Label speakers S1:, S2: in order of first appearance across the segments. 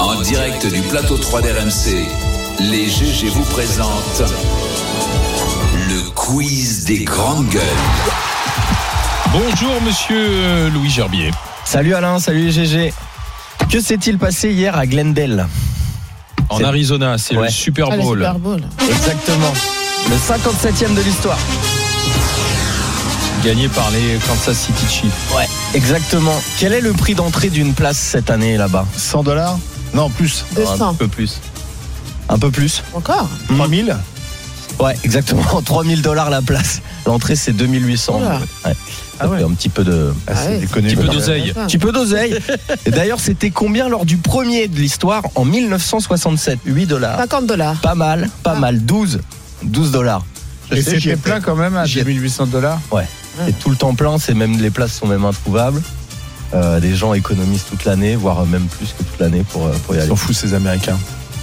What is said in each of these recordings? S1: En direct du plateau 3 d'RMC, les GG vous présentent le quiz des grandes gueules.
S2: Bonjour Monsieur euh, Louis Gerbier.
S3: Salut Alain, salut les GG. Que s'est-il passé hier à Glendale
S2: En
S3: C'est-
S2: Arizona, c'est le
S3: Ouais.
S2: Super
S4: Ah, le
S2: Bowl.
S4: Super Bowl.
S3: Exactement. Le 57e de l'histoire.
S2: Gagné par les Kansas City Chiefs.
S3: Exactement. Quel est le prix d'entrée d'une place cette année là-bas
S5: 100 dollars Non, plus.
S3: Un
S4: 200.
S3: peu plus. Un peu plus
S4: Encore
S5: 3000
S3: Ouais, exactement. 3000 dollars la place. L'entrée, c'est 2800.
S4: Oula.
S3: Ouais.
S5: Ah ouais.
S3: Un petit peu de.
S4: Ah
S5: ah,
S4: ouais.
S5: C'est déconné.
S2: Petit peu
S5: madame.
S2: d'oseille.
S3: Un petit peu d'oseille. Et D'ailleurs, c'était combien lors du premier de l'histoire en 1967 8 dollars.
S4: 50 dollars.
S3: Pas mal, pas mal. 12. 12 dollars.
S5: Ah. Et
S3: Je sais, j'y
S5: c'était
S3: ai
S5: plein quand même à
S3: J'y ai-
S5: 2800 dollars
S3: C'est tout le temps plein, c'est même les places sont même introuvables. Euh, les gens économisent toute l'année, voire même plus que toute l'année pour, euh, pour y
S5: Ils
S3: aller.
S5: s'en foutent ces Américains.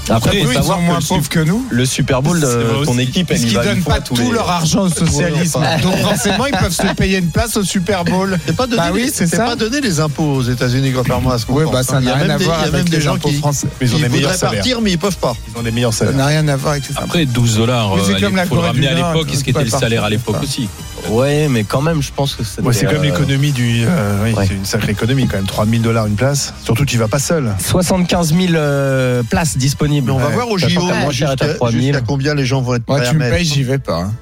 S3: Après,
S5: Eux,
S3: faut
S5: ils
S3: savoir
S5: sont
S3: que
S5: moins
S3: le,
S5: pauvres
S3: Sup-
S5: que nous.
S3: le Super Bowl,
S2: C'est
S3: euh,
S2: vrai
S3: ton
S2: aussi.
S3: équipe, elle
S5: Parce
S3: y
S5: qu'ils
S3: va une
S5: donnent
S3: fois
S5: pas
S3: tous
S5: tout
S3: les-
S5: leur argent au socialisme.
S3: Ouais,
S5: Donc forcément, ils peuvent se payer une place au Super Bowl.
S6: C'est pas donné,
S5: Bah oui, c'est
S6: c'est
S5: ça.
S6: pas donné les impôts aux États-Unis contrairement à ce qu'on
S5: Ouais,
S6: pense,
S5: bah ça
S6: hein. Il y
S5: n'a
S6: a
S5: rien
S6: même
S5: à
S6: des-
S5: voir
S6: il y a même
S5: avec
S6: des
S5: les
S6: gens
S5: impôts
S6: qui,
S5: français. Mais
S6: qui voudraient partir mais ils peuvent pas.
S5: Ils ont des meilleurs Ça salaires. n'a rien à voir avec tout ça.
S2: Après 12 dollars, euh,
S5: Oui, c'est
S2: il faut
S5: comme la
S2: le
S5: Corée
S2: ramener
S5: du
S2: à
S5: Nord,
S2: l'époque et ce
S5: c'est
S2: qu'était
S5: pas
S2: le salaire à
S5: parfait,
S2: l'époque
S5: ça.
S2: aussi.
S3: Ouais, mais quand même, je pense que c'était,
S5: Ouais, c'est comme
S3: euh,
S5: l'économie du. euh, oui,
S3: Ouais.
S5: C'est une sacrée économie quand même. 3000 dollars une place. Surtout, tu vas pas seul.
S3: 75 000 euh, places disponibles.
S6: Mais on va
S5: Ouais,
S6: voir au hein,
S3: sachant
S6: JO
S3: qu'à moins cher,
S6: jusqu'à
S3: t'as 3 000.
S6: jusqu'à combien les gens vont être
S5: Moi,
S6: prêts à
S5: tu me
S6: mettre.
S5: payes, j'y vais pas. hein.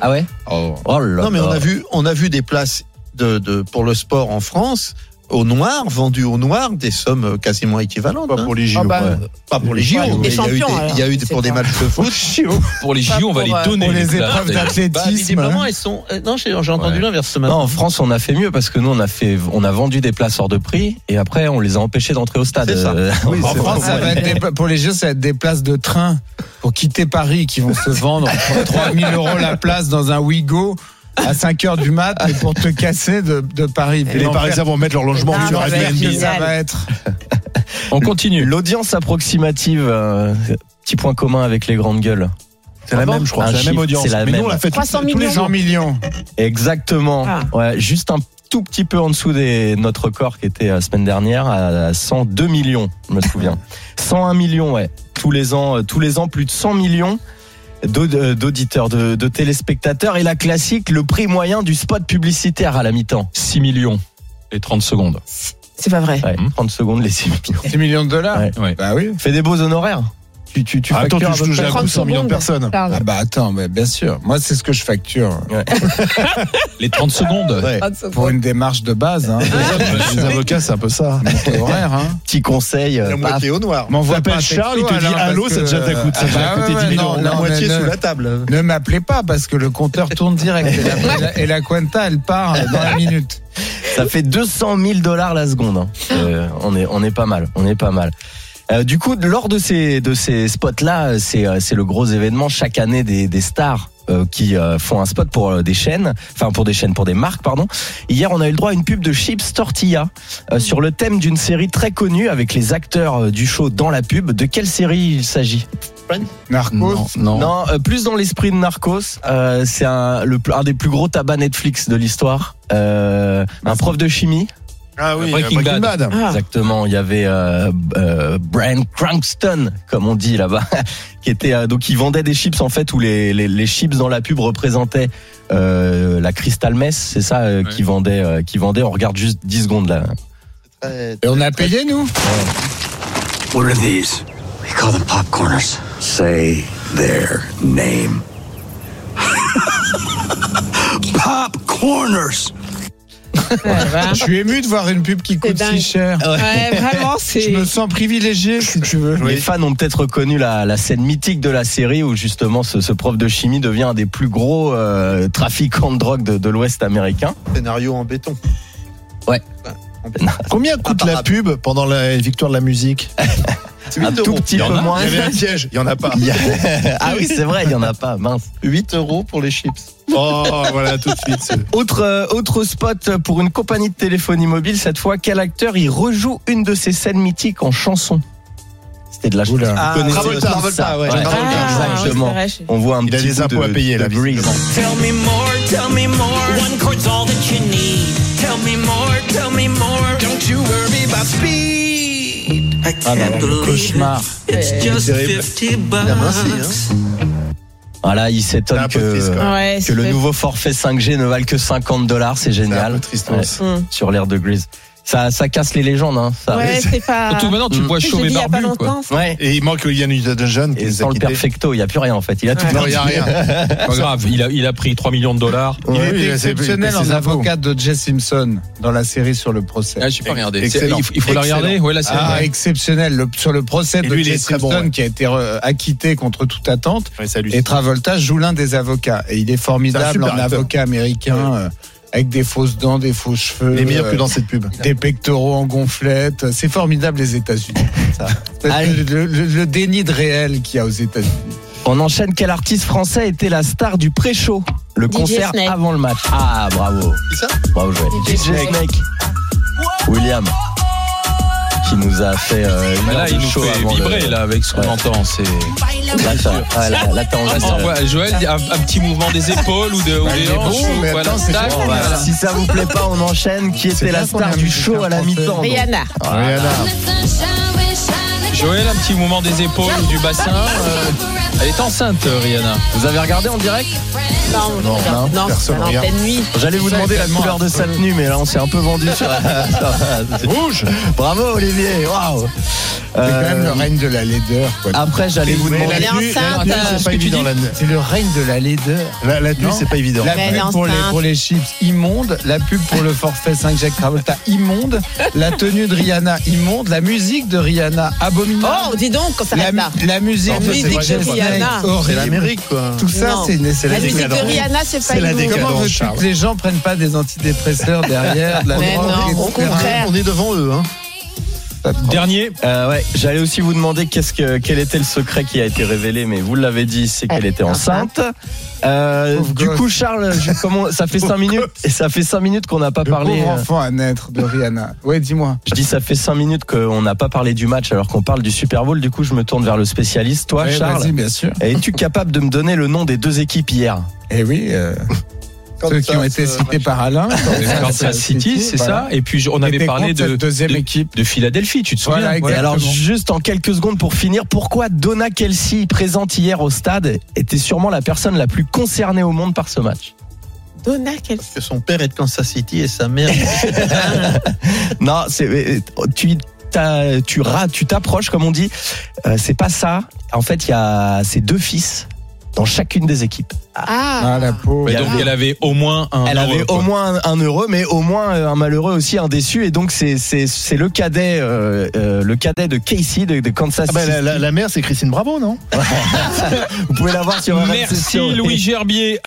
S3: Ah ouais Oh là
S6: Non mais on
S3: là.
S6: a vu on a vu des places de, de pour le sport en France au noir vendues au noir des sommes quasiment équivalentes.
S5: Pas
S6: hein.
S5: pour les
S4: Ah
S5: JO.
S4: bah,
S5: ouais.
S6: Pas pour les JO.
S4: Pas la Ligue
S6: mais
S4: des
S6: Il y a eu
S4: Champions,
S6: des- il y a eu des-
S4: alors,
S6: pour des
S4: c'est
S6: matchs de foot.
S2: Pour les
S4: Pas
S2: JO, on va
S4: pour,
S2: les
S4: euh,
S2: donner.
S5: Pour les
S2: places,
S5: épreuves
S2: d'ailleurs.
S6: Bah,
S5: d'athlétisme.
S6: visiblement,
S5: hein.
S6: elles sont. euh, Non, j'ai j'ai entendu
S2: Ouais.
S6: l'inverse ce
S3: Non,
S6: matin.
S3: en France, on a fait mieux parce que nous, on a fait, on a vendu des places hors de prix et après, on les a empêchés d'entrer au stade.
S6: C'est ça.
S3: Euh,
S5: Oui,
S3: en
S5: en France, ça va être des- pour les Jeux, ça va être des places de train pour quitter Paris qui vont se vendre pour 3000 euros la place dans un Ouigo à 5 heures du mat mais pour te casser de, de Paris. Et les
S4: l'enfer.
S5: Parisiens vont mettre leur logement
S4: Ah,
S5: sur
S4: l'enfer
S5: Airbnb.
S4: fiscal.
S5: Ça va être.
S2: On continue.
S3: L'audience approximative, euh, petit point commun avec les grandes gueules.
S5: C'est
S3: la même, je crois. Un chiffre, c'est la
S5: mais nous,
S3: même.
S5: on l'a fait tous-
S4: 300
S5: tous les
S4: millions.
S5: 100 millions.
S3: Exactement.
S4: Ah.
S3: Ouais, juste un tout petit peu en dessous de notre record qui était la semaine dernière à 102 millions, je me souviens. 101 millions, ouais. Tous les ans, euh, tous les ans, plus de 100 millions d'aud- euh, d'auditeurs, de, de téléspectateurs. Et la classique, le prix moyen du spot publicitaire à la mi-temps.
S2: 6 millions et 30 secondes.
S4: C'est pas vrai.
S3: Ouais,
S2: Mhm.
S3: 30 secondes, les 6 millions.
S5: 10 millions de dollars.
S3: Ouais.
S2: Ah, Ouais. Ah,
S5: Bah oui.
S3: Fais des beaux honoraires. Tu, tu, tu
S5: Ah, Attends,
S3: factures à
S5: tu
S3: peu
S5: touches
S3: près
S5: d'un coup
S4: 30
S5: 100 millions de
S4: secondes.
S5: personnes.
S4: Charles.
S5: Ah bah attends, mais bien sûr. Moi, c'est ce que je facture
S2: Les 30 secondes.
S6: Ouais.
S4: bah, Ah,
S5: pour une démarche de base. Hein.
S2: Les
S5: avocats, c'est un peu ça. Mon taux horaire, hein.
S3: petit conseil. euh,
S6: La
S3: paf.
S6: moitié au noir.
S5: M'envoie
S6: T'appelles
S5: pas un texto,
S6: Charles, il te dit
S5: alors,
S6: allô,
S5: parce
S6: ça te
S5: que-
S6: jette à coûter-
S5: Ah
S6: ça te
S5: bah
S6: coûter
S5: ouais,
S6: 10
S5: non,
S6: 000 euros.
S5: non,
S6: La moitié
S5: mais
S6: sous
S5: ne-
S6: la table.
S5: Ne m'appelez pas parce que le compteur tourne direct et la, et la cuenta elle part dans la minute.
S3: Ça fait 200 000 dollars la seconde. hein. Euh, on est on est pas mal, on est pas mal. Euh, du coup, lors de ces de ces spots là, c'est euh, c'est le gros événement chaque année des, des stars. euh, qui euh, font un spot pour euh, des chaînes, enfin pour des chaînes, pour des marques, pardon. Hier, on a eu le droit à une pub de Chips Tortilla euh, sur le thème d'une série très connue avec les acteurs euh, du show dans la pub. De quelle série il s'agit
S5: Narcos.
S3: Non, euh, plus dans l'esprit de Narcos. euh, c'est un, le, un des plus gros tabacs Netflix de l'histoire. Euh, un prof de chimie
S5: Ah
S2: oui, Breaking
S7: euh,
S2: Breaking Bad.
S4: Ah.
S3: Exactement, il y avait euh, euh, Brian Cranston, comme on dit là-bas, qui était euh, donc il vendait des chips en fait où les, les, les chips dans la pub représentaient euh, la Crystal Mess, c'est ça euh,
S2: Ouais.
S3: qui vendait euh, qui vendait. On regarde juste 10 secondes là.
S6: Euh,
S5: Et on a payé nous
S8: What are these? We call them popcorners. Say their name. popcorners.
S4: Ouais, voilà.
S5: Je suis ému de voir une pub qui coûte
S4: dingue. Ah
S5: si cher.
S4: Ouais, vraiment,
S5: Je
S4: c'est.
S5: me sens privilégié si tu veux.
S3: Les fans ont peut-être reconnu la, la scène mythique de la série où justement ce, ce prof de chimie devient un des plus gros euh, trafiquants de drogue de, de l'Ouest américain.
S6: Scénario en béton.
S3: Ouais.
S6: On
S7: Combien coûte la pub pendant la victoire de la musique
S6: C'est 8
S3: Un tout
S6: euros.
S3: petit
S6: Il y en
S3: peu
S6: a.
S3: moins.
S6: Il y avait un piège, il n'y en a pas.
S3: Il y a- ah oui, c'est vrai, il y en a pas, mince.
S6: 8 euros pour les chips.
S7: Oh, voilà, tout de suite. c'est-
S3: Autre, euh, autre spot pour une compagnie de téléphonie mobile, cette fois, quel acteur y rejoue une de ses scènes mythiques en chanson C'était de la chanson.
S5: Ah,
S3: Vous connaissez
S6: Travolta,
S3: aussi
S6: Travolta,
S3: ça,
S6: ouais.
S3: ouais.
S6: Travolta,
S4: Ah,
S3: exactement.
S4: ouais, c'est vrai,
S3: On voit un
S7: Il a
S3: petit
S7: des
S3: bout
S7: impôts
S3: de-
S7: à payer,
S3: de
S7: là,
S3: breeze.
S7: visiblement.
S9: Tell me more, tell me more. One chord's all that you need. Tell me more, tell me more. Don't you worry about speed. I
S5: Ah là
S9: can't
S5: là, le
S9: believe
S5: cauchemar.
S9: it's just 50 bucks.
S7: Ah, hein.
S3: Voilà, il
S7: C'est
S3: s'étonne
S7: un peu triste,
S3: que,
S7: quoi.
S4: Ouais,
S3: que
S4: c'est
S3: le
S4: vrai.
S3: nouveau forfait 5G ne vale que 50 dollars, c'est
S6: Un
S3: génial.
S6: peu tristesse.
S4: Hum.
S3: Sur l'ère de Grease. Ça, ça casse les légendes, hein. Ça
S4: Ouais, c'est pas.
S2: Surtout maintenant, tu
S3: Mm.
S2: vois
S4: Je
S2: chaud
S4: l'ai
S2: et
S4: dit il y a pas
S2: barbu, quoi.
S4: longtemps. ça.
S3: Ouais.
S7: Et il manque Olivia Newton-John qui
S3: Et
S7: les a
S3: sans le
S7: quittés.
S3: perfecto, il n'y a plus rien en fait. Il a tout
S4: Ouais.
S7: Non, il n'y a rien.
S2: Pas grave, il a, il a pris 3 millions de dollars.
S5: Il
S7: Ouais,
S5: était
S7: c'est- c'est-
S5: exceptionnel
S7: c'est
S5: en
S7: ses impôts.
S5: avocat de Jay Simpson dans la série sur le procès.
S2: Ah, j'ai pas regardé. C'est-
S7: Excellent.
S2: Il faut, il faut la
S7: Excellent.
S2: regarder. Ouais, là, c'est
S5: Ah, exceptionnel le- sur le procès
S7: Et
S5: de
S7: lui, il
S5: Jay
S7: est très
S5: Simpson
S7: bon, ouais.
S5: qui a été euh, acquitté contre toute attente.
S7: Ouais, salut.
S5: Et Travolta joue l'un des avocats et il
S7: C'est
S5: est
S7: un
S5: formidable
S7: super
S5: en
S7: acteur.
S5: avocat américain euh, avec des fausses dents, des faux cheveux,
S7: Il est meilleur
S5: euh,
S7: que dans cette pub.
S5: des pectoraux en gonflette. C'est formidable les États-Unis. ça.
S3: Allez.
S5: Le, le- le déni de réel qu'il y a aux États-Unis.
S3: On enchaîne. Quel artiste français était la star du pré-show Le
S4: DJ
S3: concert
S4: Snake.
S3: avant le match. Ah, bravo.
S6: C'est ça
S3: Bravo, joué.
S4: DJ Snake.
S3: William. Qui nous a fait euh, une
S2: Mais
S3: heure
S2: là,
S3: de
S2: il nous
S3: show
S2: fait
S3: avant
S2: vibrer
S3: le-
S2: là avec ce qu'on
S3: Ouais.
S2: entend. C'est.
S3: Là, t'as- ouais, là, là, t'as envie
S2: Ah,
S3: de-
S2: ça envoie- Joël, un, un petit mouvement des épaules ou de ou des
S5: il est bon,
S2: hanches. ou-
S5: mais
S2: voilà,
S5: attends, c'est
S2: tac,
S5: bon,
S3: Bon, bah,
S2: voilà.
S3: Si ça vous plaît pas, on enchaîne. Qui était la
S5: bien qu'on
S3: star
S5: a
S3: du
S5: mis
S3: show
S5: quelqu'un
S3: à la
S5: français.
S3: mi-temps donc
S4: Rihanna.
S7: Rihanna.
S2: Joël, un petit mouvement des épaules ou du bassin. euh, elle est enceinte, euh, Rihanna.
S3: Vous avez regardé en direct
S4: Non,
S7: Non, non,
S4: non,
S7: personne
S4: non,
S7: regarde.
S4: pleine nuit.
S3: J'allais vous demander la couleur de sa tenue, mais là on s'est un peu vendu sur la. sur la-
S7: Rouge
S3: Bravo Olivier, waouh
S5: C'est quand même le
S3: Euh,
S5: règne de la laideur. quoi.
S3: Après, j'allais vous
S7: Mais
S3: demander.
S4: Elle est
S7: tenue-
S4: enceinte.
S7: tenue,
S4: Euh,
S7: c'est pas évident. La,
S5: Ah, C'est le règne de la laideur.
S7: la, la tenue,
S5: Non.
S7: c'est pas évident.
S5: La
S4: Mais elle est
S5: pub pour les,
S4: enceinte.
S5: pour les chips immonde, la pub pour le forfait 5 Jacques Travolta immonde, la tenue de Rihanna immonde, la musique de Rihanna abominable.
S4: Oh, dis donc, quand ça
S5: la,
S4: reste là.
S5: la musique
S4: La
S5: de
S4: musique
S5: Jay
S4: de
S5: Snake,
S4: Rihanna.
S6: C'est
S5: horrible.
S6: l'Amérique, quoi.
S5: Tout ça,
S4: Non.
S5: c'est une
S4: La
S5: c'est
S4: musique de
S7: décadence.
S4: Rihanna, c'est pas
S7: C'est la
S4: une nouveau.
S7: décadence.
S5: Comment veux-tu
S7: Charles.
S5: que les gens prennent pas des antidépresseurs derrière, de la
S4: Mais
S5: drogue,
S4: non, au
S5: etc.
S4: contraire.
S6: On est devant eux, hein.
S2: Dernier.
S3: Euh, ouais, j'allais aussi vous demander qu'est-ce que quel était le secret qui a été révélé, mais vous l'avez dit, c'est qu'elle
S4: Elle
S3: était
S4: est
S3: enceinte. Euh,
S5: Eh, Pauvre
S3: du
S5: gosse.
S3: coup, Charles, je- comment ça fait cinq minutes et ça fait cinq minutes qu'on n'a pas
S5: Le
S3: parlé.
S5: pauvre
S3: euh,
S5: enfant à naître de Rihanna. Ouais, dis-moi.
S3: Je dis ça fait cinq minutes qu'on n'a pas parlé du match alors qu'on parle du Super Bowl. Du coup, je me tourne vers le spécialiste, toi,
S5: Ouais,
S3: Charles.
S5: Vas-y, bien sûr.
S3: Es-tu capable de me donner le nom des deux équipes hier
S5: Eh oui, euh, ceux qui ont été cités par Alain.
S2: euh, Kansas City, c'est
S5: voilà.
S2: ça. Et puis je- on avait
S5: Était
S2: parlé
S5: contre
S2: de,
S5: cette deuxième
S2: de-
S5: équipe.
S2: de Philadelphie, tu te souviens
S5: Voilà,
S3: Et alors,
S5: Exactement.
S3: juste en quelques secondes pour finir, pourquoi Donna Kelsey, présente hier au stade, était sûrement la personne la plus concernée au monde par ce match
S4: Donna, quelle.
S6: Que son père est de Kansas City et sa mère.
S3: Non, c'est euh, tu t'as- tu ra- tu t'approches comme on dit. Euh, c'est pas ça. En fait, il y a ses deux fils dans chacune des équipes.
S4: Ah,
S5: Ah, la pauvre.
S2: Et donc elle avait au moins un.
S3: Elle
S2: euro,
S3: avait
S2: quoi.
S3: au moins un, un heureux, mais au moins euh, un malheureux aussi, un déçu. Et donc c'est c'est c'est le cadet euh, euh, le cadet de Casey de, de Kansas
S7: Ah
S2: ben,
S7: bah,
S3: City.
S7: la, la- la mère, c'est Christine Bravo, non
S3: Vous pouvez la voir sur RMC,
S2: Merci
S3: sur-
S2: Louis Gerbier.